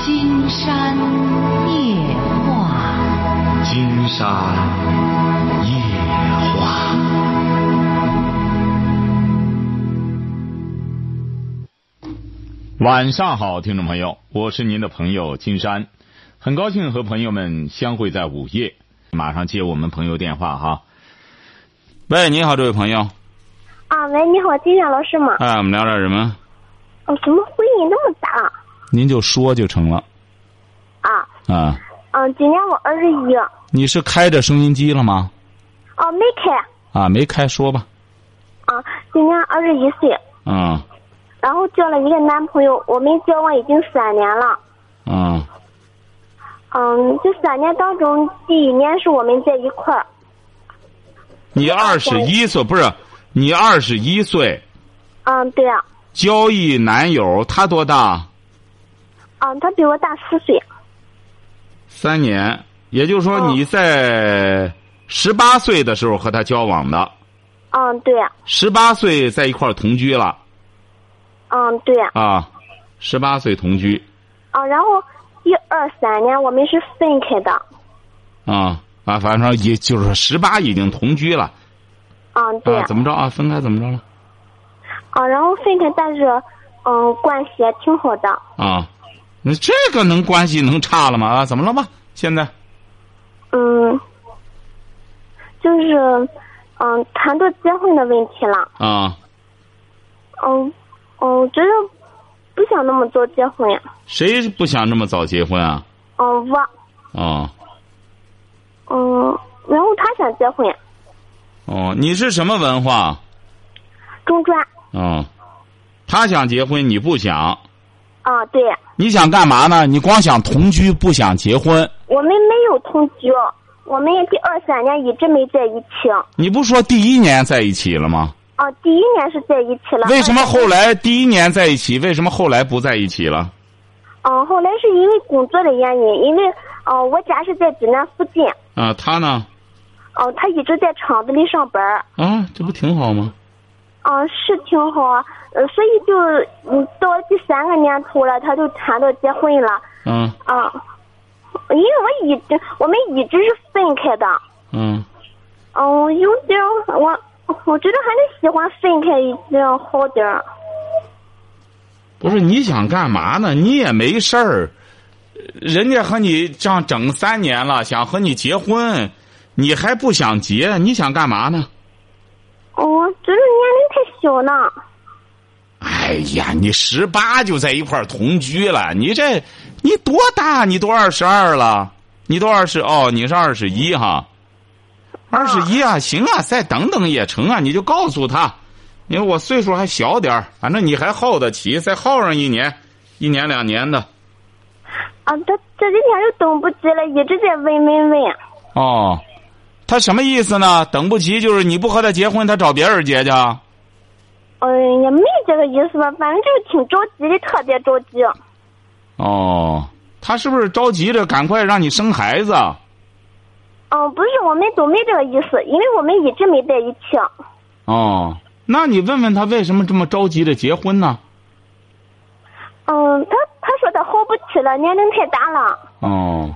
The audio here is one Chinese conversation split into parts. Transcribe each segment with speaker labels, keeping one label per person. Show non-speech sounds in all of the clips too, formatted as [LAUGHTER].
Speaker 1: 金山夜话，
Speaker 2: 金山夜话。晚上好，听众朋友，我是您的朋友金山，很高兴和朋友们相会在午夜。马上接我们朋友电话哈。喂，你好，这位朋友。
Speaker 3: 啊，喂，你好，金山老师吗？
Speaker 2: 哎，我们聊点什么？
Speaker 3: 哦，怎么回音那么大？
Speaker 2: 您就说就成了
Speaker 3: 啊，
Speaker 2: 啊。
Speaker 3: 嗯，今年我二十一，
Speaker 2: 你是开着收音机了吗？
Speaker 3: 哦，没开，
Speaker 2: 啊，没开，说吧。
Speaker 3: 啊，今年二十一岁，
Speaker 2: 嗯
Speaker 3: 然后交了一个男朋友，我们交往已经三年了。
Speaker 2: 嗯
Speaker 3: 嗯，这三年当中，第一年是我们在一块儿，
Speaker 2: 你二十一岁不是？你二十一岁
Speaker 3: 嗯，对啊，
Speaker 2: 交一男友，他多大？
Speaker 3: 嗯，他比我大十岁，
Speaker 2: 三年，也就是说
Speaker 3: 嗯
Speaker 2: 你在十八岁的时候和他交往的，
Speaker 3: 嗯，对啊，
Speaker 2: 十八岁在一块儿同居了
Speaker 3: 嗯，对啊，
Speaker 2: 啊，十八岁同居
Speaker 3: 啊，然后一二三年我们是分开的，
Speaker 2: 啊啊，反正也就是说十八已经同居了
Speaker 3: 嗯，对
Speaker 2: 啊，
Speaker 3: 啊
Speaker 2: 怎，么着啊？分开怎么着了
Speaker 3: 啊，然后分开，但是嗯，关系也挺好的，
Speaker 2: 啊？那这个能关系能差了吗？啊，怎么了吧？现在
Speaker 3: 嗯，就是，嗯，谈到结婚的问题了，
Speaker 2: 啊，
Speaker 3: 嗯，嗯，我觉得不想那么早结婚，
Speaker 2: 谁不想这么早结婚啊？
Speaker 3: 嗯，我，
Speaker 2: 哦
Speaker 3: 嗯，然后他想结婚，
Speaker 2: 哦，你是什么文化？
Speaker 3: 中专，
Speaker 2: 哦，他想结婚，你不想。
Speaker 3: 啊，对，
Speaker 2: 你想干嘛呢？你光想同居，不想结婚。
Speaker 3: 我们没有同居，我们也第二三年一直没在一起，
Speaker 2: 你不说第一年在一起了吗？
Speaker 3: 啊，第一年是在一起了，
Speaker 2: 为什么后来第一年在一起，为什么后来不在一起了？
Speaker 3: 嗯，后来是因为工作的原因，因为，哦、我家是在济南附近，
Speaker 2: 啊，他呢？
Speaker 3: 哦、他一直在厂子里上班儿。
Speaker 2: 啊，这不挺好吗？
Speaker 3: 嗯，是挺好啊，呃，所以就嗯，到第三个年头了，他就谈到结婚了，
Speaker 2: 嗯
Speaker 3: 啊，因为我一直我们一直是分开的，
Speaker 2: 嗯，
Speaker 3: 嗯，有点儿我我觉得还是喜欢分开一点儿好点儿，
Speaker 2: 不是你想干嘛呢？你也没事儿，人家和你这样整三年了，想和你结婚，你还不想结？你想干嘛呢？
Speaker 3: 嗯我觉得年龄太小了，
Speaker 2: 哎呀，你十八就在一块儿同居了，你这你多大？你都二十二了，你都二十哦，你是二十一哈，二十一啊，行啊，再等等也成啊，你就告诉他，因为我岁数还小点儿，反正你还耗得起，再耗上一年，一年两年的
Speaker 3: 啊，他这几天又等不及了，一直在问问问，
Speaker 2: 哦。他什么意思呢？等不及就是你不和他结婚，他找别人结去啊？
Speaker 3: 嗯，也没这个意思吧，反正就是挺着急的，特别着急，
Speaker 2: 哦，他是不是着急着赶快让你生孩子啊？
Speaker 3: 嗯，不是，我们都没这个意思，因为我们一直没在一起。
Speaker 2: 哦，那你问问他为什么这么着急着结婚呢？
Speaker 3: 嗯，他他说他耗不起了，年龄太大了。
Speaker 2: 哦，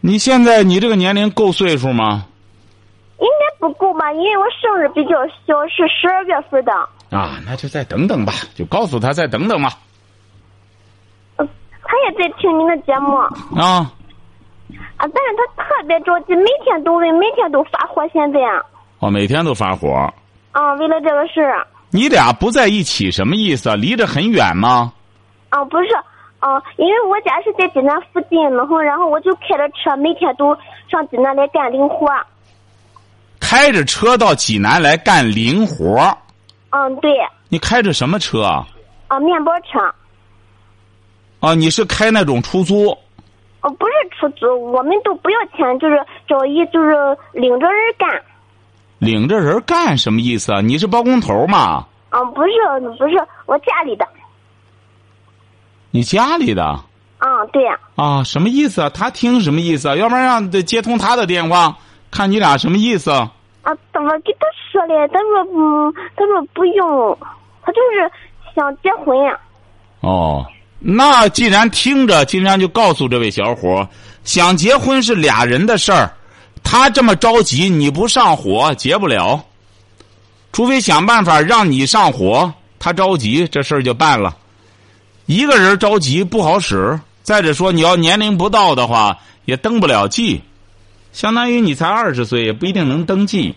Speaker 2: 你现在你这个年龄够岁数吗？
Speaker 3: 应该不够吧？因为我生日比较小，是十二月份的。
Speaker 2: 啊，那就再等等吧，就告诉他再等等吧。
Speaker 3: 嗯他也在听您的节目啊，
Speaker 2: 啊，
Speaker 3: 但是他特别着急，每天都问，每天都发火。现在啊，
Speaker 2: 我哦每天都发火。
Speaker 3: 啊，为了这个事儿
Speaker 2: 你俩不在一起什么意思啊？离着很远吗？
Speaker 3: 啊，不是啊，因为我家是在济南附近，然后然后我就开着车，每天都上济南来干零活。
Speaker 2: 开着车到济南来干零活儿
Speaker 3: 嗯，对，
Speaker 2: 你开着什么车啊？
Speaker 3: 啊，面包车，
Speaker 2: 啊，你是开那种出租？
Speaker 3: 啊，不是出租，我们都不要钱，就是找一就是领着人干。
Speaker 2: 领着人干什么意思啊？你是包工头吗？
Speaker 3: 嗯，不是不是，我家里的。
Speaker 2: 你家里的？
Speaker 3: 嗯，对呀、
Speaker 2: 啊，什么意思啊？他听什么意思啊？要不然让得接通他的电话，看你俩什么意思啊？
Speaker 3: 啊，怎么跟他说嘞？他说嗯，他说不用，他就是想结婚呀、
Speaker 2: 哦，那既然听着，金山就告诉这位小伙儿，想结婚是俩人的事儿，他这么着急，你不上火结不了，除非想办法让你上火，他着急，这事儿就办了。一个人着急不好使，再者说你要年龄不到的话，也登不了记，相当于你才二十岁，也不一定能登记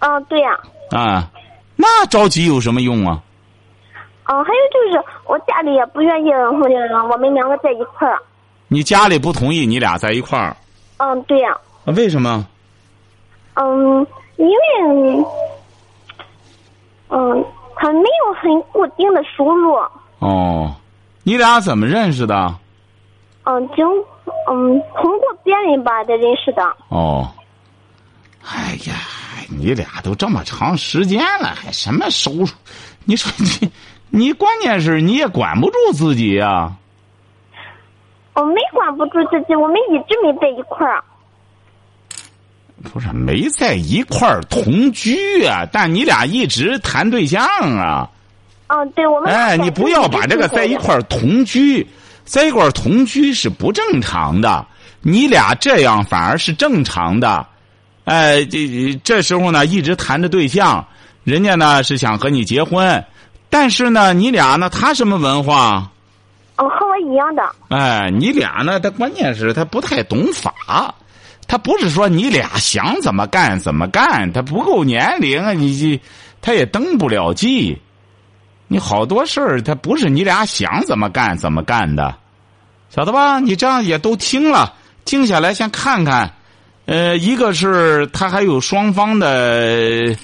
Speaker 3: 嗯，对呀、
Speaker 2: 啊。那着急有什么用啊？
Speaker 3: 嗯，还有就是我家里也不愿意，或者我们两个在一块儿。
Speaker 2: 你家里不同意你俩在一块儿，
Speaker 3: 嗯，对呀、
Speaker 2: 啊为什么？
Speaker 3: 嗯，因为嗯，他没有很固定的收入。
Speaker 2: 哦，你俩怎么认识的？
Speaker 3: 嗯，经嗯通过别人吧的认识的。
Speaker 2: 哦，哎呀，你俩都这么长时间了，还什么收入？你说你，你关键是你也管不住自己啊呀、
Speaker 3: 我哦没管不住自己，我们一直没在一块儿。
Speaker 2: 不是没在一块儿同居啊？但你俩一直谈对象啊？
Speaker 3: 嗯，对，我们俩
Speaker 2: 哎，
Speaker 3: 感
Speaker 2: 你
Speaker 3: 情
Speaker 2: 不要
Speaker 3: 直
Speaker 2: 把
Speaker 3: 是
Speaker 2: 这个
Speaker 3: 挺好
Speaker 2: 在一
Speaker 3: 的
Speaker 2: 块儿同居，在一块儿同居是不正常的。你俩这样反而是正常的。哎，这这时候呢，一直谈着对象，人家呢是想和你结婚，但是呢，你俩呢，他什么文化？
Speaker 3: 嗯，和我一样的。
Speaker 2: 哎，你俩呢，他关键是他不太懂法。他不是说你俩想怎么干怎么干，他不够年龄啊，你这他也登不了记。你好多事儿，他不是你俩想怎么干怎么干的，晓得吧？你这样也都听了，静下来先看看。呃，一个是他还有双方的呃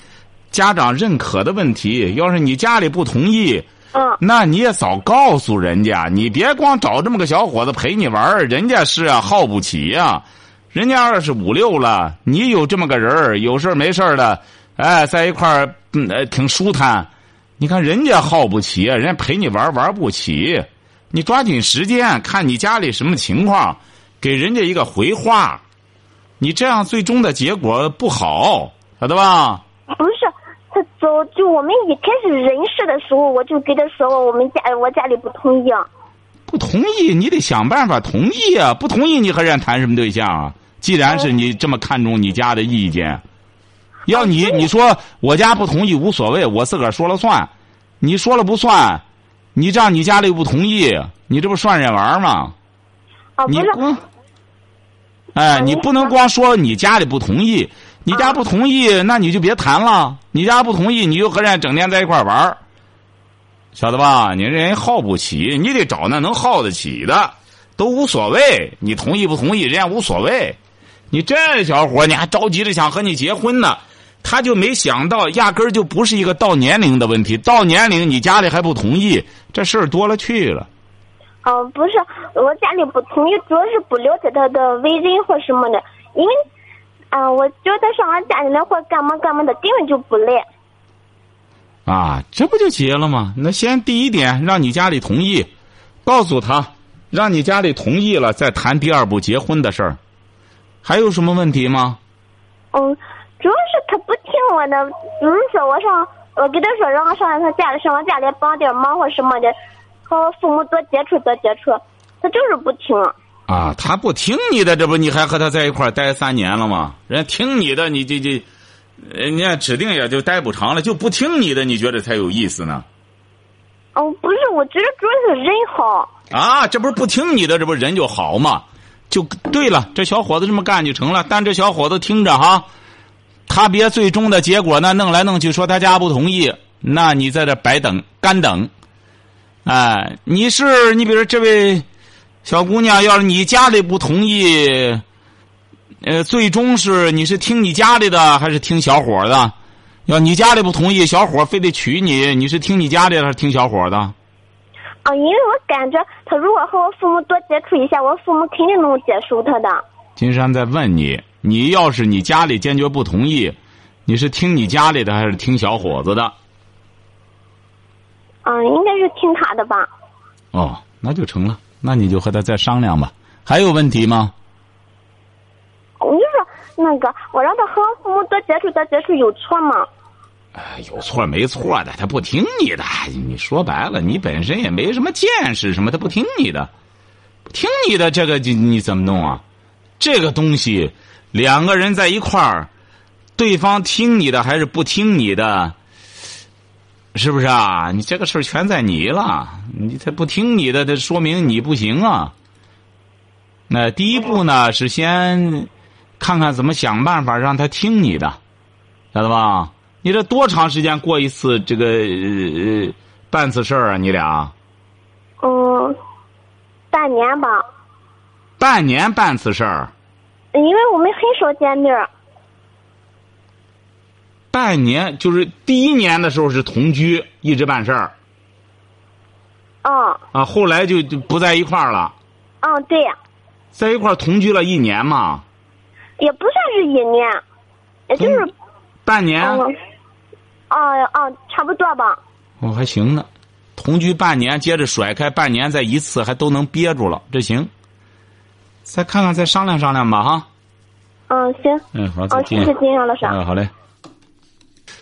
Speaker 2: 家长认可的问题，要是你家里不同意，
Speaker 3: 嗯
Speaker 2: 那你也早告诉人家，你别光找这么个小伙子陪你玩儿人家是啊，耗不起呀、人家二十五六了，你有这么个人儿有事儿没事儿的，哎，在一块儿、嗯呃挺舒坦。你看人家耗不起，啊人家陪你玩儿玩不起，你抓紧时间看你家里什么情况，给人家一个回话。你这样最终的结果不好，晓得吧？
Speaker 3: 不是，他走就我们一开始认识的时候，我就跟他说我们家我家里不同意。啊
Speaker 2: 不同意，你得想办法同意啊！不同意，你和人家谈什么对象啊？既然是你这么看重你家的意见，要你你说我家不同意无所谓，我自个儿说了算，你说了不算，你这样你家里不同意，你这不涮人家玩儿吗？
Speaker 3: 啊，不
Speaker 2: 你嗯
Speaker 3: 是，
Speaker 2: 光，哎，你不能光说你家里不同意，你家不同意，那你就别谈了。你家不同意，你就和人家整天在一块儿玩儿晓得吧？你人家耗不起，你得找那能耗得起的，都无所谓。你同意不同意，人家无所谓。你这小伙儿，你还着急着想和你结婚呢，他就没想到，压根儿就不是一个到年龄的问题。到年龄，你家里还不同意，这事儿多了去了。
Speaker 3: 啊，不是，我家里不同意，主要是不了解他的为人或什么的，因为，啊，我觉得上俺家里来或干嘛干嘛的，根本就不累。
Speaker 2: 啊，这不就结了吗？那先第一点，让你家里同意，告诉他，让你家里同意了，再谈第二步结婚的事儿。还有什么问题吗？
Speaker 3: 嗯，主要是他不听我的，比如说我上，我跟他说让我上他家里上我家里帮点忙或什么的，和我父母多接触多接触，他就是不听。
Speaker 2: 啊，他不听你的，这不你还和他在一块儿待三年了吗？人家听你的，你这这，呃人家指定也就待不长了，就不听你的，你觉得才有意思呢？
Speaker 3: 嗯，不是，我觉得主要是人好。
Speaker 2: 啊，这不是不听你的，这不人就好嘛？就对了，这小伙子这么干就成了。但这小伙子听着哈，他别最终的结果呢，弄来弄去说他家不同意，那你在这白等干等。哎，你是你比如这位小姑娘，要是你家里不同意，呃，最终是你是听你家里的还是听小伙的？要你家里不同意，小伙非得娶你，你是听你家里的还是听小伙的？
Speaker 3: 啊，因为我感觉他如果和我父母多接触一下，我父母肯定能接受他的。
Speaker 2: 金山在问你，你要是你家里坚决不同意，你是听你家里的还是听小伙子的？
Speaker 3: 嗯，应该是听他的吧。
Speaker 2: 哦，那就成了，那你就和他再商量吧。还有问题吗？
Speaker 3: 我就说那个，我让他和我父母多接触多接触有错吗？
Speaker 2: 哎有错没错的，他不听你的。你说白了，你本身也没什么见识，什么他不听你的，不听你的，这个你你怎么弄啊？这个东西，两个人在一块儿，对方听你的还是不听你的，是不是啊？你这个事儿全在你了，你他不听你的，这说明你不行啊。那第一步呢，是先看看怎么想办法让他听你的，晓得吧？你这多长时间过一次这个、呃、办次事儿啊？你俩
Speaker 3: 嗯，半年吧，
Speaker 2: 半年办次事儿，
Speaker 3: 因为我们很少见面儿。
Speaker 2: 半年就是第一年的时候是同居，一直办事儿
Speaker 3: 嗯
Speaker 2: 啊，后来就就不在一块儿了，
Speaker 3: 嗯，对，
Speaker 2: 在一块儿同居了一年嘛，
Speaker 3: 也不算是一年，也就是
Speaker 2: 嗯半年。
Speaker 3: 嗯，哦哦，差不多吧。
Speaker 2: 哦，还行呢，同居半年，接着甩开半年再一次，还都能憋住了，这行。再看看，再商量商量吧，哈。
Speaker 3: 嗯，行。
Speaker 2: 嗯，好，再
Speaker 3: 哦，
Speaker 2: 见
Speaker 3: 谢。谢金阳老师啊。
Speaker 2: 嗯，好嘞。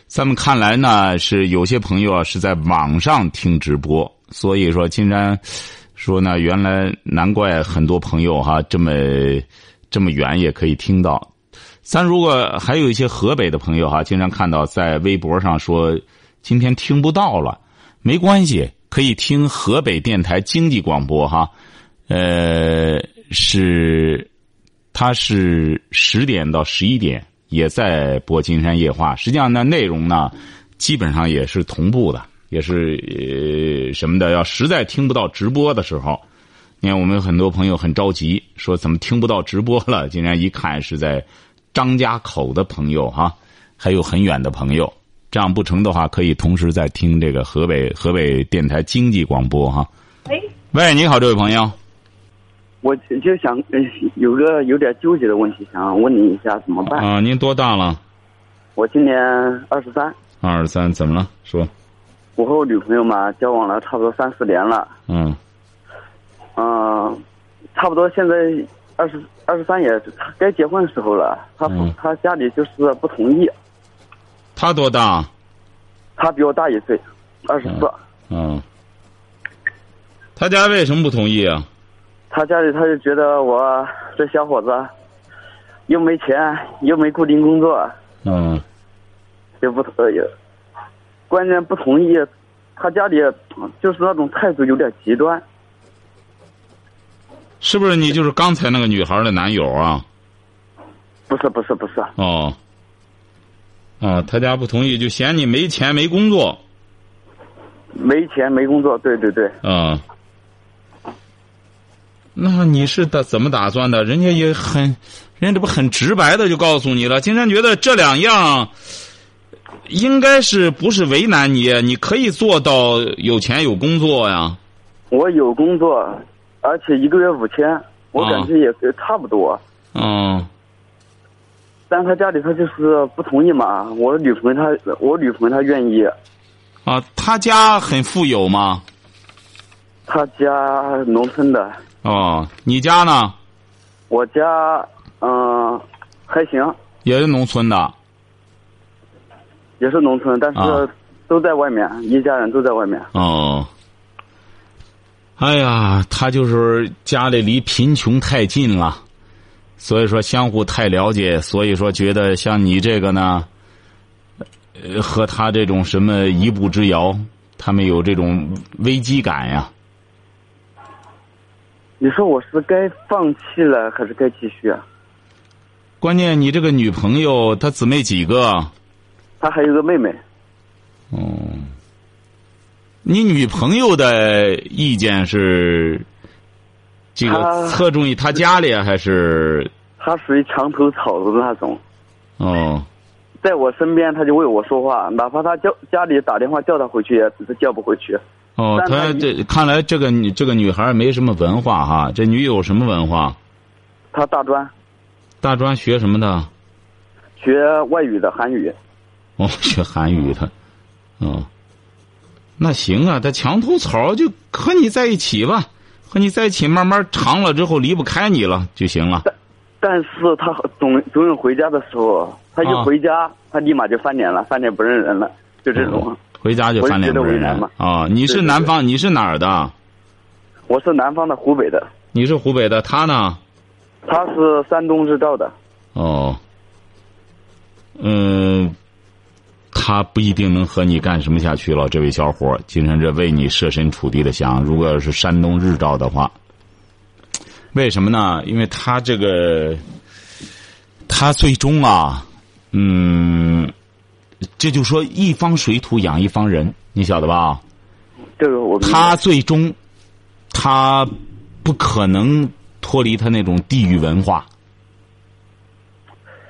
Speaker 2: 咱们看来呢，是有些朋友啊是在网上听直播，所以说金山说呢，原来难怪很多朋友哈、这么这么远也可以听到。咱如果还有一些河北的朋友哈、经常看到在微博上说今天听不到了，没关系，可以听河北电台经济广播哈、呃，是它是十点到十一点也在播《金山夜话》，实际上呢，内容呢基本上也是同步的，也是呃什么的。要实在听不到直播的时候，你看我们有很多朋友很着急，说怎么听不到直播了？竟然一看是在张家口的朋友哈、还有很远的朋友，这样不成的话，可以同时在听这个河北河北电台经济广播哈、喂，你好，这位朋友。
Speaker 4: 我就就想呃有个有点纠结的问题，想问你一下怎么办？
Speaker 2: 啊、您多大了？
Speaker 4: 我今年二十三，
Speaker 2: 二十三，怎么了？说，
Speaker 4: 我和我女朋友嘛交往了差不多三四年了，
Speaker 2: 嗯，
Speaker 4: 嗯、差不多现在二十二十三也该结婚时候了。她不、
Speaker 2: 嗯
Speaker 4: 她家里就是不同意，
Speaker 2: 他多大？
Speaker 4: 她比我大一岁，二十四
Speaker 2: 嗯。嗯，他家为什么不同意啊？
Speaker 4: 她家里她就觉得我这小伙子又没钱，又没固定工作，
Speaker 2: 嗯，
Speaker 4: 也不同也，关键不同意，他家里嗯就是那种态度有点极端。
Speaker 2: 是不是你就是刚才那个女孩的男友啊？
Speaker 4: 不是不是不是，
Speaker 2: 哦，啊，他家不同意，就嫌你没钱没工作
Speaker 4: 没钱没工作，对对对，
Speaker 2: 啊。那你是打怎么打算的？人家也很，人家这不很直白的就告诉你了。金山觉得这两样，应该是不是为难你？你可以做到有钱有工作呀。
Speaker 4: 我有工作，而且一个月五千，我
Speaker 2: 啊
Speaker 4: 感觉也也差不多。
Speaker 2: 嗯
Speaker 4: 但他家里他就是不同意嘛，我女朋友她我女朋友她愿意，
Speaker 2: 啊，他家很富有吗？
Speaker 4: 她家农村的，
Speaker 2: 哦，你家呢
Speaker 4: 我家嗯、还行，
Speaker 2: 也是农村的？
Speaker 4: 也是农村，但
Speaker 2: 啊
Speaker 4: 是都在外面，一家人都在外面。
Speaker 2: 哦，哎呀，他就是家里离贫穷太近了，所以说相互太了解，所以说觉得像你这个呢，呃，和他这种什么一步之遥，他们有这种危机感呀。
Speaker 4: 你说我是该放弃了还是该继续啊？
Speaker 2: 关键你这个女朋友她姊妹几个？
Speaker 4: 她还有个妹妹，
Speaker 2: 哦，你女朋友的意见是这个
Speaker 4: 她
Speaker 2: 侧重于她家里啊还是
Speaker 4: 她属于墙头草的那种。
Speaker 2: 哦？
Speaker 4: 在我身边，他就为我说话，哪怕他叫家里打电话叫他回去，也只是叫不回去。
Speaker 2: 哦，
Speaker 4: 但
Speaker 2: 她
Speaker 4: 她
Speaker 2: 这看来这个女这个女孩没什么文化哈，这女友什么文化？
Speaker 4: 他大专
Speaker 2: 大专学什么的？ [LAUGHS]
Speaker 4: 学外语的韩语，
Speaker 2: 哦，学韩语的，哦，那行啊，她墙头草就和你在一起吧，和你在一起慢慢长了之后离不开你了就行了。
Speaker 4: 但是他总总有回家的时候，他一
Speaker 2: 啊
Speaker 4: 回家，他立马就翻脸了，翻脸不认人了。就这种。啊
Speaker 2: 哦回家就翻脸不认人
Speaker 4: 我就觉得为难嘛
Speaker 2: 啊！你是
Speaker 4: 对对
Speaker 2: 南方，你是哪儿的？
Speaker 4: 我是南方的，湖北的，
Speaker 2: 你是湖北的，他呢？
Speaker 4: 他是山东日照的。
Speaker 2: 哦，嗯，他不一定能和你干什么下去了。这位小伙儿，金晨这为你设身处地的想，如果要是山东日照的话，为什么呢？因为他这个，他最终啊，嗯，这就说一方水土养一方人，你晓得吧？
Speaker 4: 这个我明白
Speaker 2: 他最终，他不可能脱离他那种地域文化。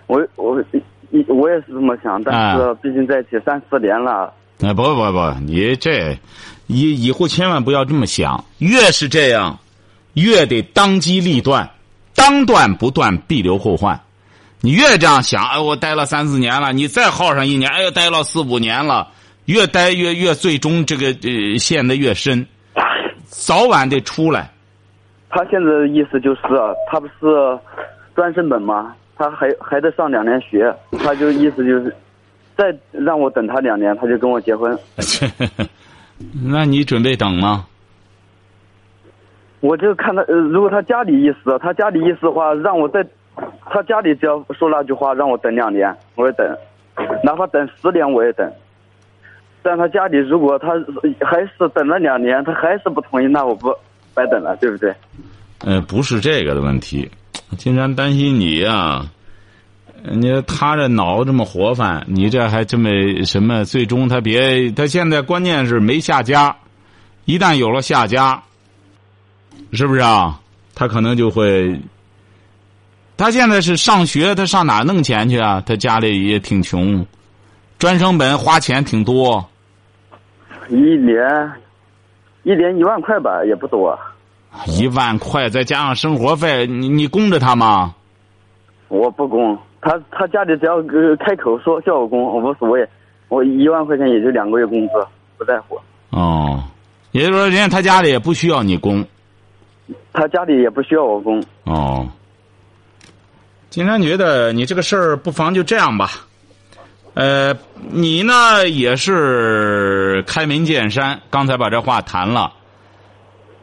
Speaker 4: 我我一我也是这么想，但
Speaker 2: 啊
Speaker 4: 是毕竟在一起三四年了，
Speaker 2: 哎，不不不，你这以以后千万不要这么想，越是这样，越得当机立断，当断不断，必留后患。你越这样想，哎，我待了三四年了，你再耗上一年，哎呦，待了四五年了，越待越越最终这个呃陷得越深，早晚得出来。 [LAUGHS]
Speaker 4: 他现在的意思就是他不是专升本吗？他还还得上两年学，他就意思就是再让我等他两年，他就跟我结婚。
Speaker 2: 那你准备等吗？
Speaker 4: 我就看他，呃，如果他家里意思，啊他家里意思的话，让我再，他家里只要说那句话，让我等两年，我也等，哪怕等十年我也等。但他家里如果他还是等了两年，他还是不同意，那我不白等了，对不对？
Speaker 2: 呃，不是这个的问题，金山担心你呀、你说他这脑子这么活泛，你这还这么什么？最终他别，他现在关键是没下家，一旦有了下家，是不是啊？他可能就会，他现在是上学，他上哪儿弄钱去啊？他家里也挺穷，专升本花钱挺多
Speaker 4: 一年，一年一万块吧，也不多。
Speaker 2: 一万块，再加上生活费，你你供着他吗？
Speaker 4: 我不供，他他家里只要、呃、开口说叫我供，我无所谓，我一万块钱也就两个月工资，不在乎。
Speaker 2: 哦，也就是说，人家他家里也不需要你供。
Speaker 4: 他家里也不需要我供。
Speaker 2: 哦，金山觉得你这个事儿不妨就这样吧。呃，你呢也是开门见山，刚才把这话谈了。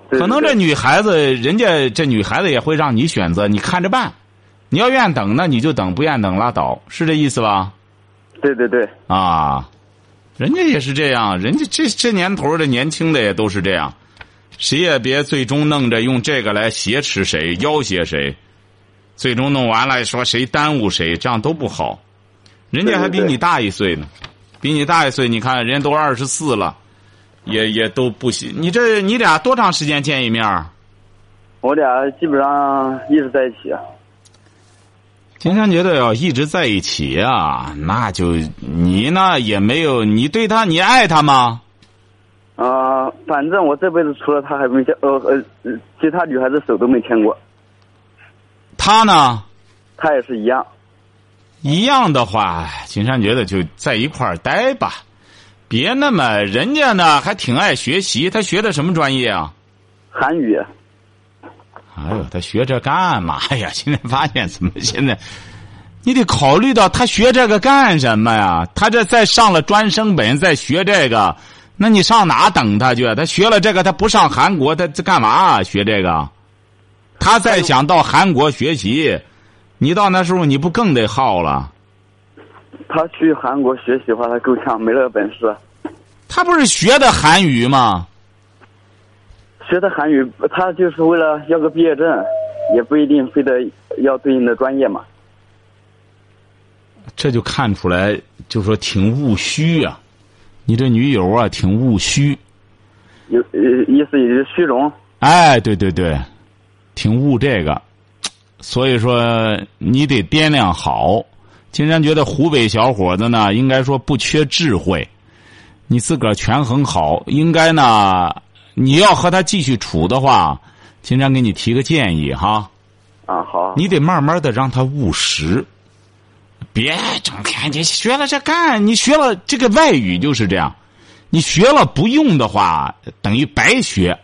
Speaker 4: 对
Speaker 2: 可能
Speaker 4: 对
Speaker 2: 这女孩子，人家这女孩子也会让你选择，你看着办。你要愿等，那你就等；不愿等，拉倒，是这意思吧？
Speaker 4: 对对对。
Speaker 2: 啊，人家也是这样，人家这这年头儿的年轻的也都是这样，谁也别最终弄着用这个来挟持谁、要挟谁，最终弄完了说谁耽误谁，这样都不好。人家还比
Speaker 4: 对对对
Speaker 2: 你大一岁呢，比你大一岁，你看人家都二十四了，也也都不行。你这你俩多长时间见一面儿？
Speaker 4: 我俩基本上一直在一起，啊
Speaker 2: 金山觉得要一直在一起啊，那就你呢也没有，你对他你爱他吗？
Speaker 4: 啊、反正我这辈子除了他还没牵，呃呃，其他女孩子手都没牵过，
Speaker 2: 他呢？
Speaker 4: 他也是一样。
Speaker 2: 一样的话，金山觉得就在一块儿待吧，别那么人家呢还挺爱学习，他学的什么专业啊？
Speaker 4: 韩语，
Speaker 2: 哎呦，他学这干嘛 [LAUGHS] 哎呀？现在发现怎么 [LAUGHS] 现在，你得考虑到他学这个干什么呀？他这再上了专升本，再学这个，那你上哪等他去？啊他学了这个，他不上韩国，他这干嘛啊学这个？他再想到韩国学习，你到那时候你不更得耗了？
Speaker 4: 他去韩国学习的话，他够呛，没那个本事。
Speaker 2: 他不是学的韩语吗？
Speaker 4: 学的韩语，他就是为了要个毕业证，也不一定非得要对应的专业嘛。
Speaker 2: 这就看出来，就说挺务虚啊。你这女友啊，挺务虚。
Speaker 4: 有呃，意思也就是虚荣。
Speaker 2: 哎，对对对，挺务这个。所以说，你得掂量好。金山觉得湖北小伙子呢，应该说不缺智慧，你自个儿权衡好。应该呢，你要和他继续处的话，金山给你提个建议哈。
Speaker 4: 啊，好，
Speaker 2: 你得慢慢的让他务实，别整天你学了这干，你学了这个外语就是这样，你学了不用的话，等于白学，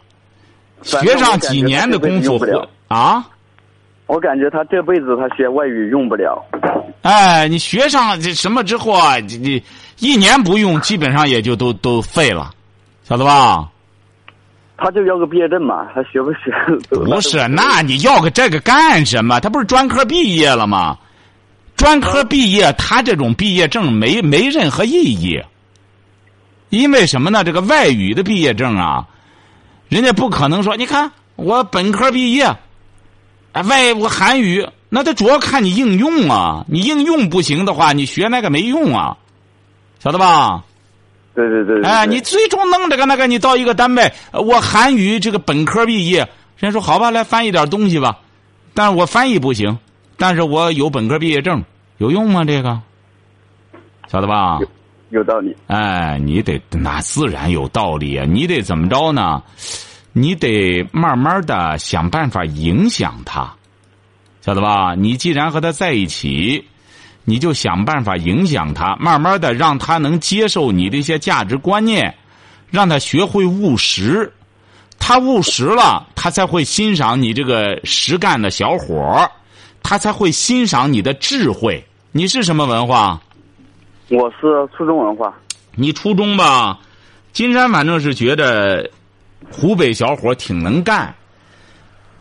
Speaker 4: 反正
Speaker 2: 学上几年的功夫
Speaker 4: 我感觉他这辈子用不了
Speaker 2: 啊，
Speaker 4: 我感觉他这辈子他学外语用不了。
Speaker 2: 哎，你学上这什么之后啊，这这一年不用，基本上也就都都废了，晓得吧？
Speaker 4: 他就要个毕业证嘛，他学不学？
Speaker 2: 不是，那你要个这个干什么？他不是专科毕业了吗？专科毕业，他这种毕业证没没任何意义。因为什么呢？这个外语的毕业证啊，人家不可能说，你看我本科毕业，哎，外我韩语，那他主要看你应用啊。你应用不行的话，你学那个没用啊，晓得吧？
Speaker 4: 对对对对对
Speaker 2: 哎，你最终弄这个那个，你到一个单位，呃我韩语这个本科毕业，人家说好吧，来翻译点东西吧，但是我翻译不行，但是我有本科毕业证，有用吗？这个，晓得吧？
Speaker 4: 有道理。
Speaker 2: 哎，你得那自然有道理啊！你得怎么着呢？你得慢慢的想办法影响他，晓得吧？你既然和他在一起，你就想办法影响他，慢慢的让他能接受你的一些价值观念，让他学会务实。他务实了，他才会欣赏你这个实干的小伙儿，他才会欣赏你的智慧。你是什么文化？
Speaker 4: 我是初中文化，
Speaker 2: 你初中吧，金山反正是觉得湖北小伙挺能干。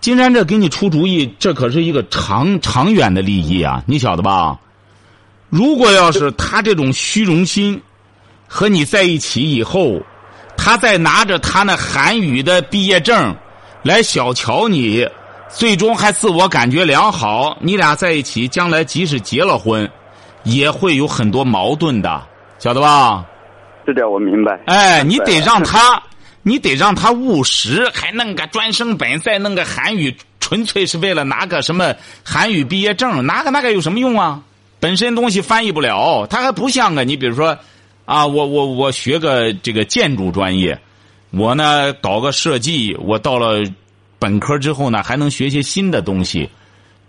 Speaker 2: 金山这给你出主意，这可是一个长长远的利益啊，你晓得吧？如果要是他这种虚荣心和你在一起以后，他再拿着他那韩语的毕业证来小瞧你，最终还自我感觉良好，你俩在一起，将来即使结了婚，也会有很多矛盾的，晓得吧？
Speaker 4: 这点我明白。
Speaker 2: 哎，你得让他，你得让他务实，还弄个专升本，再弄个韩语，纯粹是为了拿个什么韩语毕业证，拿个那个有什么用啊？本身东西翻译不了，他还不像个你，比如说，啊，我我我学个这个建筑专业，我呢搞个设计，我到了本科之后呢，还能学些新的东西。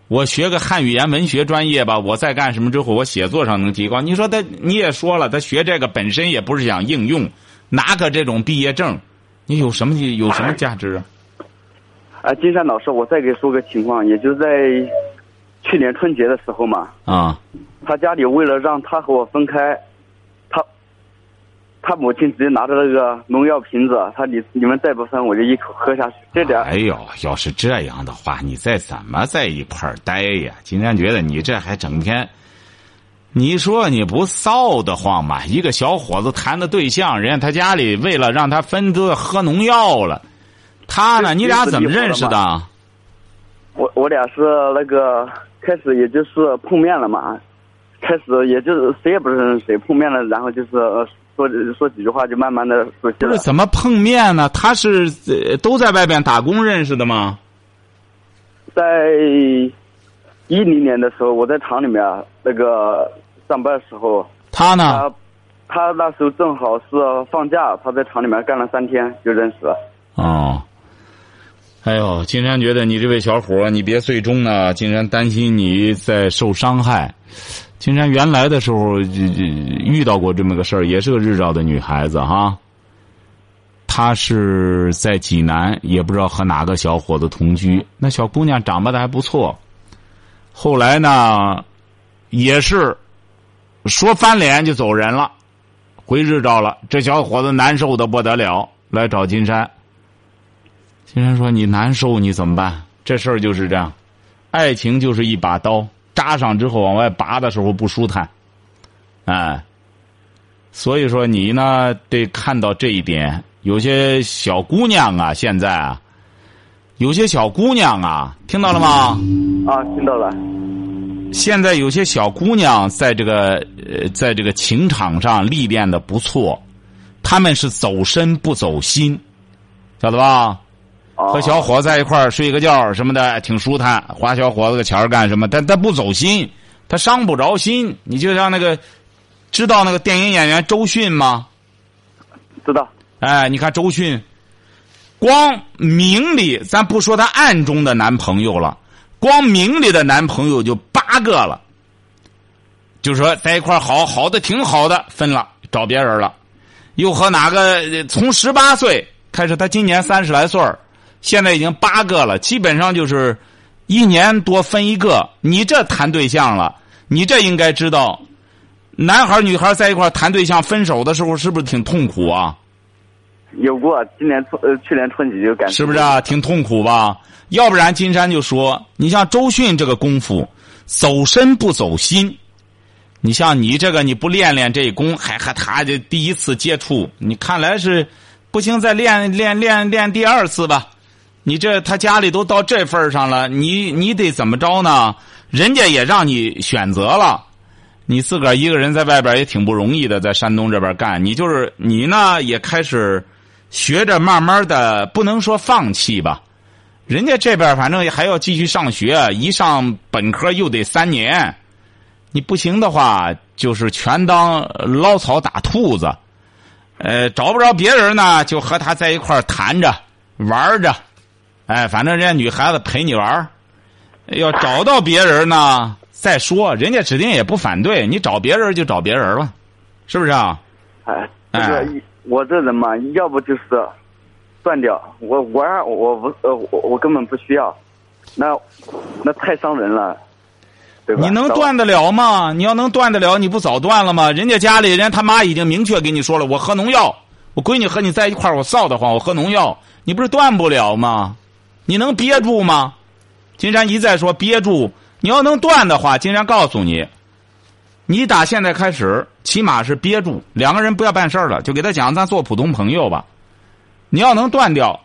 Speaker 2: 我学个汉语言文学专业吧，我再干什么之后，我写作上能提高。你说他，你也说了，他学这个本身也不是想应用，拿个这种毕业证，你有什么有什么价值啊？
Speaker 4: 啊，金山老师，我再给说个情况，也就在去年春节的时候嘛，
Speaker 2: 啊，
Speaker 4: 他家里为了让他和我分开，他他母亲直接拿着那个农药瓶子，他你你们再不分，我就一口喝下去。这点
Speaker 2: 哎呦，要是这样的话，你再怎么在一块儿待呀？金山觉得你这还整天，你说你不臊得慌吗？一个小伙子谈的对象，人家他家里为了让他分，都喝农药了。他呢？
Speaker 4: 这
Speaker 2: 你俩怎么认识
Speaker 4: 这离谱
Speaker 2: 的？
Speaker 4: 我我俩是那个开始也就是碰面了嘛，开始也就是谁也不认识谁，碰面了，然后就是呃说说几句话就慢慢的熟悉
Speaker 2: 不
Speaker 4: 了
Speaker 2: 是。怎么碰面呢？他是、呃都在外边打工认识的吗？
Speaker 4: 在一零年的时候，我在厂里面那个上班的时候，
Speaker 2: 他呢？
Speaker 4: 他他那时候正好是放假，他在厂里面干了三天就认识了。
Speaker 2: 哦，哎呦，金山觉得你这位小伙儿，你别最终呢，金山担心你在受伤害。金山原来的时候这这遇到过这么个事儿，也是个日照的女孩子哈。她是在济南，也不知道和哪个小伙子同居。那小姑娘长得还不错，后来呢，也是说翻脸就走人了，回日照了。这小伙子难受的不得了，来找金山。金山说：“你难受，你怎么办？这事儿就是这样，爱情就是一把刀，扎上之后往外拔的时候不舒坦，哎，所以说你呢得看到这一点。有些小姑娘啊，现在啊，有些小姑娘啊，听到了吗？
Speaker 4: 啊，听到了，
Speaker 2: 现在有些小姑娘在这个呃，在这个情场上历练的不错，她们是走身不走心，晓得吧？
Speaker 4: 啊、
Speaker 2: 和小伙在一块儿睡个觉什么的，挺舒坦，花小伙子个钱儿干什么？但他不走心，他伤不着心。你就像那个，知道那个电影演员周迅吗？
Speaker 4: 知道，
Speaker 2: 哎，你看周迅，光明里咱不说她暗中的男朋友了，光明里的男朋友就八个了。就是说在一块儿好好的挺好的，分了找别人了，又和哪个呃从十八岁开始，他今年三十来岁儿现在已经八个了，基本上就是一年多分一个。你这谈对象了，你这应该知道，男孩儿女孩儿在一块儿谈对象，分手的时候是不是挺痛苦啊？
Speaker 4: 有过，今年春呃去年春节就感
Speaker 2: 是不是啊？挺痛苦吧？要不然金山就说，你像周迅这个功夫，走身不走心。你像你这个，你不练练这一功，还和他这第一次接触，你看来是不行，再练练练练第二次吧。你这他家里都到这份儿上了，你你得怎么着呢？人家也让你选择了，你自个儿一个人在外边也挺不容易的，在山东这边干，你就是你呢也开始。学着慢慢的，不能说放弃吧，人家这边反正还要继续上学，一上本科又得三年，你不行的话，就是全当捞草打兔子，呃，找不着别人呢，就和他在一块儿谈着玩着，哎，反正人家女孩子陪你玩要找到别人呢再说，人家指定也不反对，你找别人就找别人了，是不是啊？
Speaker 4: 哎，这个一我这人嘛，要不就是断掉，我玩我不呃我我根本不需要，那那太伤人了，对吧？
Speaker 2: 你能断得了吗？你要能断得了，你不早断了吗？人家家里人他妈已经明确给你说了，我喝农药，我闺女和你在一块儿，我臊得慌，我喝农药，你不是断不了吗？你能憋住吗？金山一再说憋住，你要能断的话，金山告诉你。你打现在开始，起码是憋住，两个人不要办事儿了，就给他讲，咱做普通朋友吧。你要能断掉，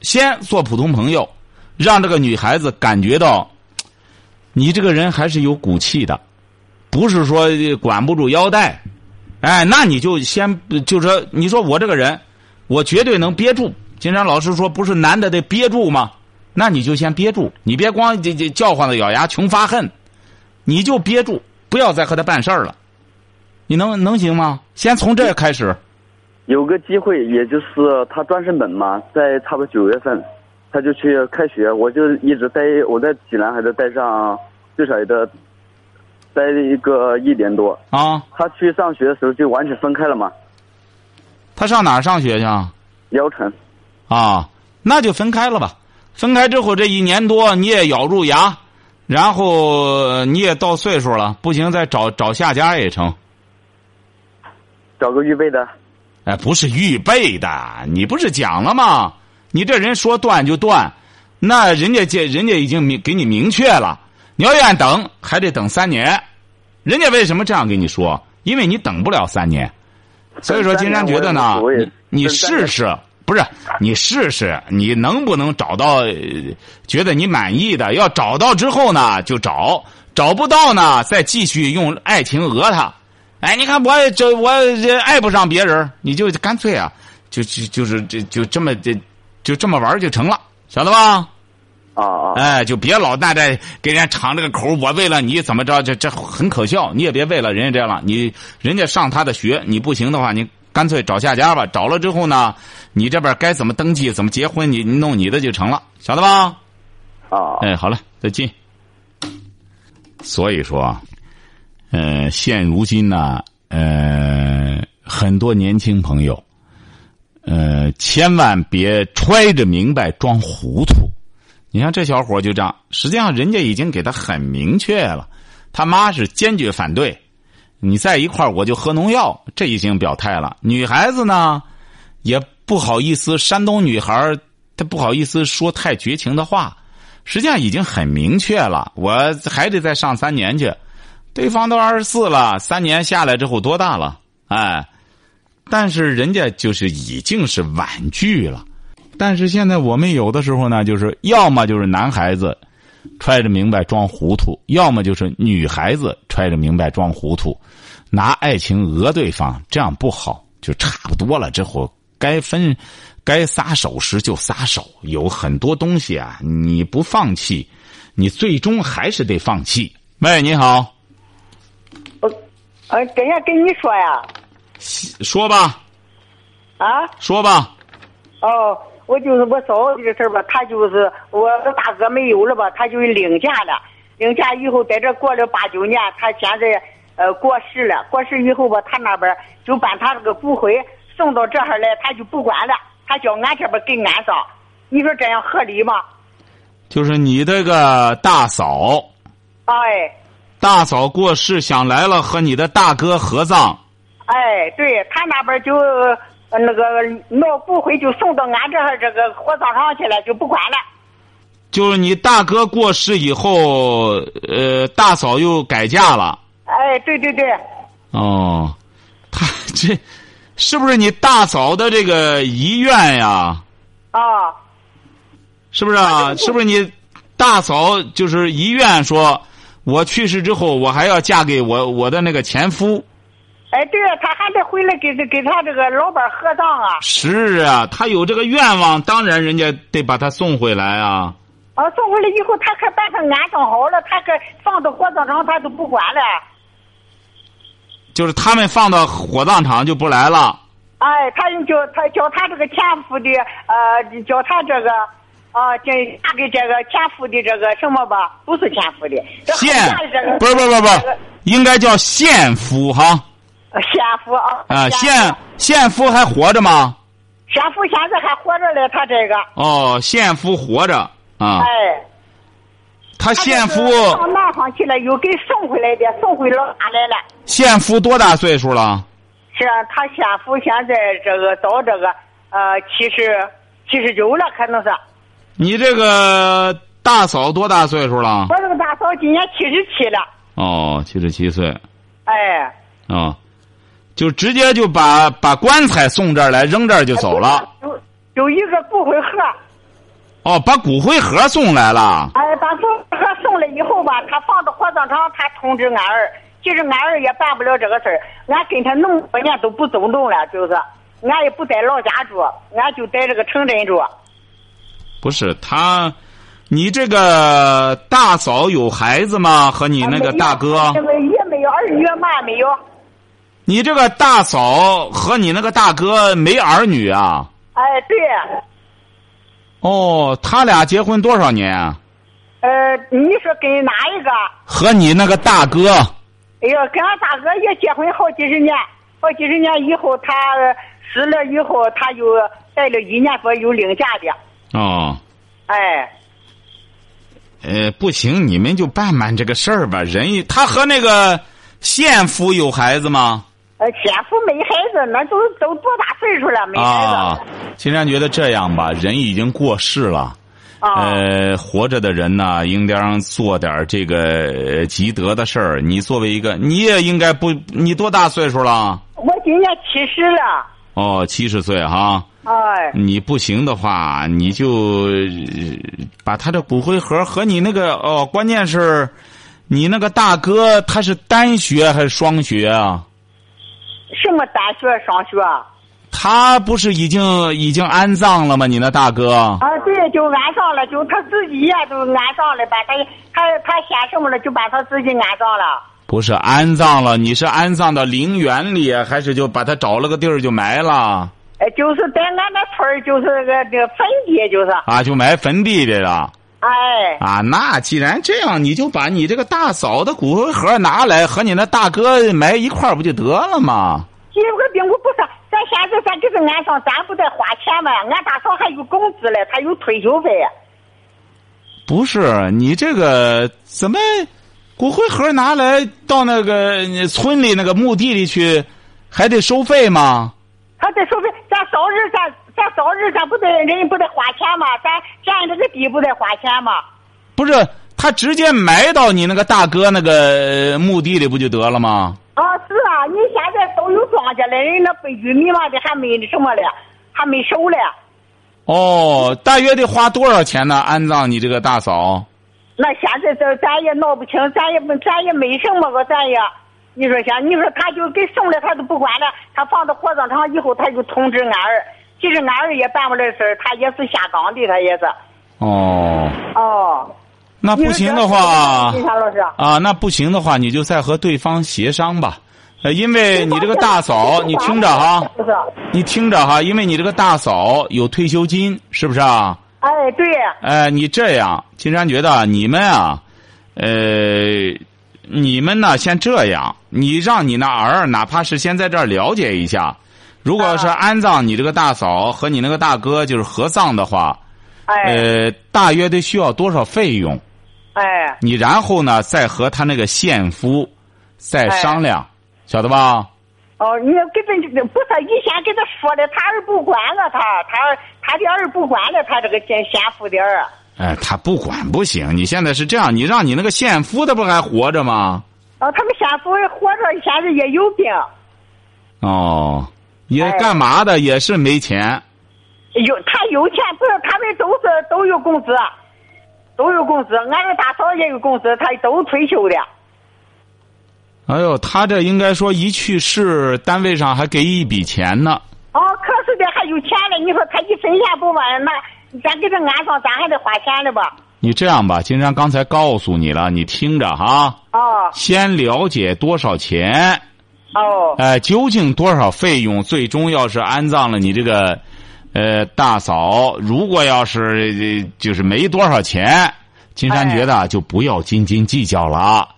Speaker 2: 先做普通朋友，让这个女孩子感觉到，你这个人还是有骨气的，不是说管不住腰带。哎，那你就先就说，你说我这个人，我绝对能憋住。金山老师说，不是男的得憋住吗？那你就先憋住，你别光这这叫唤的咬牙穷发恨，你就憋住。不要再和他办事儿了，你能能行吗？先从这开始。
Speaker 4: 有个机会，也就是他专升本嘛，在差不多九月份，他就去开学，我就一直待，我在济南还得待上最少也得待一个一年多。
Speaker 2: 啊，
Speaker 4: 他去上学的时候就完全分开了嘛。
Speaker 2: 他上哪儿上学去啊？
Speaker 4: 聊城。
Speaker 2: 啊，那就分开了吧。分开之后这一年多，你也咬住牙。然后你也到岁数了，不行再找找下家也成。
Speaker 4: 找个预备的。
Speaker 2: 哎，不是预备的，你不是讲了吗？你这人说断就断，那人家这人家已经明给你明确了，你要愿等还得等三年。人家为什么这样跟你说？因为你等不了三年，所以说金山觉得呢，你你试试。不是你试试，你能不能找到、呃、觉得你满意的？要找到之后呢，就找；找不到呢，再继续用爱情讹他。哎，你看我这我这爱不上别人，你就干脆啊，就就就是这就这么这就这么玩就成了，晓得吧？
Speaker 4: 啊啊！
Speaker 2: 哎，就别老那这给人家敞这个口。我为了你怎么着？这这很可笑。你也别为了人家这样了，你人家上他的学，你不行的话，你。干脆找下家吧，找了之后呢，你这边该怎么登记、怎么结婚，你弄你的就成了，晓得吧？
Speaker 4: 啊，
Speaker 2: 哎，好了，再见。所以说，啊呃，现如今呢，呃，很多年轻朋友，呃，千万别揣着明白装糊涂。你像这小伙就这样，实际上人家已经给他很明确了，他妈是坚决反对。你在一块儿我就喝农药，这已经表态了。女孩子呢，也不好意思，山东女孩她不好意思说太绝情的话，实际上已经很明确了。我还得再上三年去，对方都二十四了，三年下来之后多大了？哎，但是人家就是已经是婉拒了。但是现在我们有的时候呢，就是要么就是男孩子。揣着明白装糊涂，要么就是女孩子揣着明白装糊涂，拿爱情讹对方，这样不好。就差不多了之后，该分，该撒手时就撒手。有很多东西啊，你不放弃，你最终还是得放弃。喂，你好。
Speaker 5: 我，呃，等下跟你说呀。
Speaker 2: 说吧。
Speaker 5: 啊。
Speaker 2: 说吧。
Speaker 5: 哦。我就是我嫂子这个事儿吧，他就是我大哥没有了吧，他就领嫁了。领嫁以后在这过了八九年，他现在呃过世了。过世以后吧，他那边就把他这个骨灰送到这儿来，他就不管了，他叫俺这边给安上。你说这样合理吗？
Speaker 2: 就是你这个大嫂，
Speaker 5: 哎，
Speaker 2: 大嫂过世，想来了和你的大哥合葬。
Speaker 5: 哎，对他那边就呃那个闹骨灰就送到俺这儿这个火葬场去了，就不管了。
Speaker 2: 就是你大哥过世以后，呃，大嫂又改嫁了。
Speaker 5: 哎，对对对，
Speaker 2: 哦，他 [LAUGHS] 这是不是你大嫂的这个遗愿呀？
Speaker 5: 啊，
Speaker 2: 是不是啊？是不是你大嫂就是遗愿说，我去世之后，我还要嫁给我我的那个前夫？
Speaker 5: 哎，对啊，他还得回来给给给他这个老伴儿合葬啊，
Speaker 2: 是啊，他有这个愿望，当然人家得把他送回来啊。
Speaker 5: 啊，送回来以后，他可把他安葬好了，他可放到火葬场，他都不管了。
Speaker 2: 就是他们放到火葬场就不来了。
Speaker 5: 哎，他又叫他叫他这个前夫的呃，叫他这个啊，这嫁给这个前夫的这个什么吧，不是前夫的，这后
Speaker 2: 现
Speaker 5: 嫁的这个
Speaker 2: 不是不是不是不
Speaker 5: 这
Speaker 2: 是
Speaker 5: 个，
Speaker 2: 应该叫现夫哈
Speaker 5: 呃先夫啊
Speaker 2: 啊，
Speaker 5: 先
Speaker 2: 现现夫还活着吗？
Speaker 5: 先夫现在还活着嘞，他这个
Speaker 2: 哦，现夫活着啊，
Speaker 5: 哎，
Speaker 2: 他
Speaker 5: 他
Speaker 2: 现夫
Speaker 5: 就是到南方去了，又给送回来的，送回老家来了。
Speaker 2: 现夫多大岁数了？
Speaker 5: 是啊，他先夫现在这个到这个呃七十七十九了，可能是。
Speaker 2: 你这个大嫂多大岁数了
Speaker 5: 我？这个大嫂今年七十七了，
Speaker 2: 哦，七十七岁
Speaker 5: 哎。
Speaker 2: 哦，就直接就把把棺材送这儿来，扔这儿就走了。
Speaker 5: 有有一个骨灰盒，
Speaker 2: 哦，把骨灰盒送来了。
Speaker 5: 哎，把骨灰盒送来以后吧，他放到火葬场，他通知俺儿，其实俺儿也办不了这个事儿，俺跟他弄多年都不尊重了，就是俺也不在老家住，俺就在这个城镇住。
Speaker 2: 不是他，你这个大嫂有孩子吗？和你那个大哥
Speaker 5: 那，个也没有儿女嘛，没有，
Speaker 2: 你这个大嫂和你那个大哥没儿女啊？
Speaker 5: 哎，对，
Speaker 2: 哦，他俩结婚多少年啊？
Speaker 5: 呃，你说跟哪一个？
Speaker 2: 和你那个大哥，
Speaker 5: 哎呀，跟俺大哥也结婚好几十年，好几十年以后，他死了以后，他又待了一年多，又领家的，
Speaker 2: 哦，
Speaker 5: 哎。
Speaker 2: 呃，不行，你们就办办这个事儿吧。人一他和那个现夫有孩子吗？
Speaker 5: 呃，前夫没孩子，那都都多大岁数了，没孩
Speaker 2: 啊
Speaker 5: 子。，
Speaker 2: 金山觉得这样吧，人已经过世了。
Speaker 5: 啊，
Speaker 2: 呃，活着的人呢，应当做点儿这个呃积德的事儿。你作为一个，你也应该不，你多大岁数了？
Speaker 5: 我今年七十了，
Speaker 2: 哦，七十岁哈。
Speaker 5: 哎，
Speaker 2: 你不行的话，你就呃把他的骨灰盒和你那个哦，关键是，你那个大哥他是单学还是双学啊？
Speaker 5: 什么大学、上学啊？
Speaker 2: 他不是已经已经安葬了吗？你那大哥
Speaker 5: 啊对，就安上了，就他自己呀、就安上了，把他他他先什么了，就把他自己安上了。
Speaker 2: 不是安葬了，你是安葬到陵园里，还是就把他找了个地儿就埋了？
Speaker 5: 呃，就是在俺那村儿，就是个这个坟地，就是，
Speaker 2: 啊，就埋坟地里了
Speaker 5: 哎，
Speaker 2: 啊。那既然这样，你就把你这个大嫂的骨灰盒拿来，和你那大哥埋一块儿不就得了吗？
Speaker 5: 这个病我不是，咱现在咱给他安上，咱不得花钱吗？俺大嫂还有工资嘞，她有退休费。
Speaker 2: 不是，你这个怎么骨灰盒拿来到那个呃村里那个墓地里去，还得收费吗？
Speaker 5: 他得收费，咱扫日咱咱扫日咱不得人不得花钱吗？咱占这个地不得花钱吗？
Speaker 2: 不是，他直接埋到你那个大哥那个呃墓地里不就得了吗？
Speaker 5: 啊，是啊，你现在都有庄稼了，人那玉米嘛的还没什么了，还没熟了，
Speaker 2: 哦，大约得花多少钱呢？安葬你这个大嫂？
Speaker 5: 那现在这咱也闹不清，咱也不咱也没什么个，咱也，你说想，你说他就给送了，他都不管了，他放到火葬场以后，他就通知俺儿，其实俺儿也办不了事儿，他也是下岗的，他也是，
Speaker 2: 哦，
Speaker 5: 哦，
Speaker 2: 那不行的话
Speaker 5: 你说这，金山老师啊。
Speaker 2: 啊，那不行的话，你就再和对方协商吧。呃，因为你这个大嫂，你听着哈，
Speaker 5: 不是，
Speaker 2: 你听着哈，因为你这个大嫂有退休金，是不是啊？
Speaker 5: 哎，对，
Speaker 2: 哎，你这样，金山觉得啊你们啊，呃，你们呢先这样，你让你那儿哪怕是先在这儿了解一下，如果是
Speaker 5: 啊
Speaker 2: 安葬你这个大嫂和你那个大哥就是合葬的话，
Speaker 5: 哎，
Speaker 2: 呃，大约得需要多少费用？
Speaker 5: 哎，
Speaker 2: 你然后呢再和他那个现夫再
Speaker 5: 哎
Speaker 2: 商量，晓得吧？
Speaker 5: 哦，你跟他不是以前跟他说的，他儿不管了他，他他的儿不管了他这个先先夫的儿。啊
Speaker 2: 哎，他不管不行。你现在是这样，你让你那个现夫的不还活着吗？
Speaker 5: 哦，他们先夫活着，现在也有病，
Speaker 2: 哦，也
Speaker 5: 哎
Speaker 2: 干嘛的？也是没钱。
Speaker 5: 有他有钱，不是他们都是都有工资，都有工资，俺这大嫂也有工资，他都退休的。
Speaker 2: 哎呦，他这应该说一去世，单位上还给一笔钱呢。
Speaker 5: 哦，可是的，还有钱了，你说他一分钱不往那，咱给他安上，咱还得花钱了吧？
Speaker 2: 你这样吧，金山刚才告诉你了，你听着哈，
Speaker 5: 哦
Speaker 2: 先了解多少钱，
Speaker 5: 哦
Speaker 2: 哎、究竟多少费用？最终要是安葬了你这个，呃，大嫂，如果要是、呃就是没多少钱，金山
Speaker 5: 哎
Speaker 2: 觉得啊就不要斤斤计较了，
Speaker 5: 啊，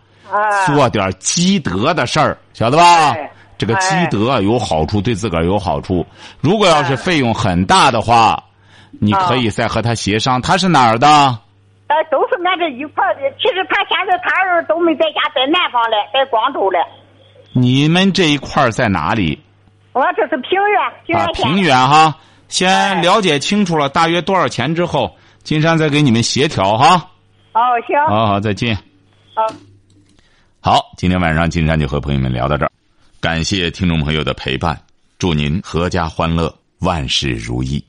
Speaker 2: 做点积德的事儿，晓得吧？
Speaker 5: 哎
Speaker 2: 这个积
Speaker 5: 哎嗯
Speaker 2: 德有好处，对自个儿有好处。如果要是费用很大的话，你可以再和他协商。他是哪儿的？
Speaker 5: 呃，都是俺这一块儿的。其实他现在他儿都没在家，在南方嘞，在广州嘞。
Speaker 2: 你们这一块儿在哪里
Speaker 5: 我这是平原，平
Speaker 2: 啊
Speaker 5: 原？县。
Speaker 2: 平原哈，先
Speaker 5: 哎
Speaker 2: 了解清楚了大约多少钱之后，金山再给你们协调哈。
Speaker 5: 哦，行。
Speaker 2: 好好，再见。
Speaker 5: 好
Speaker 2: 好，今天晚上金山就和朋友们聊到这儿，感谢听众朋友的陪伴，祝您阖家欢乐，万事如意。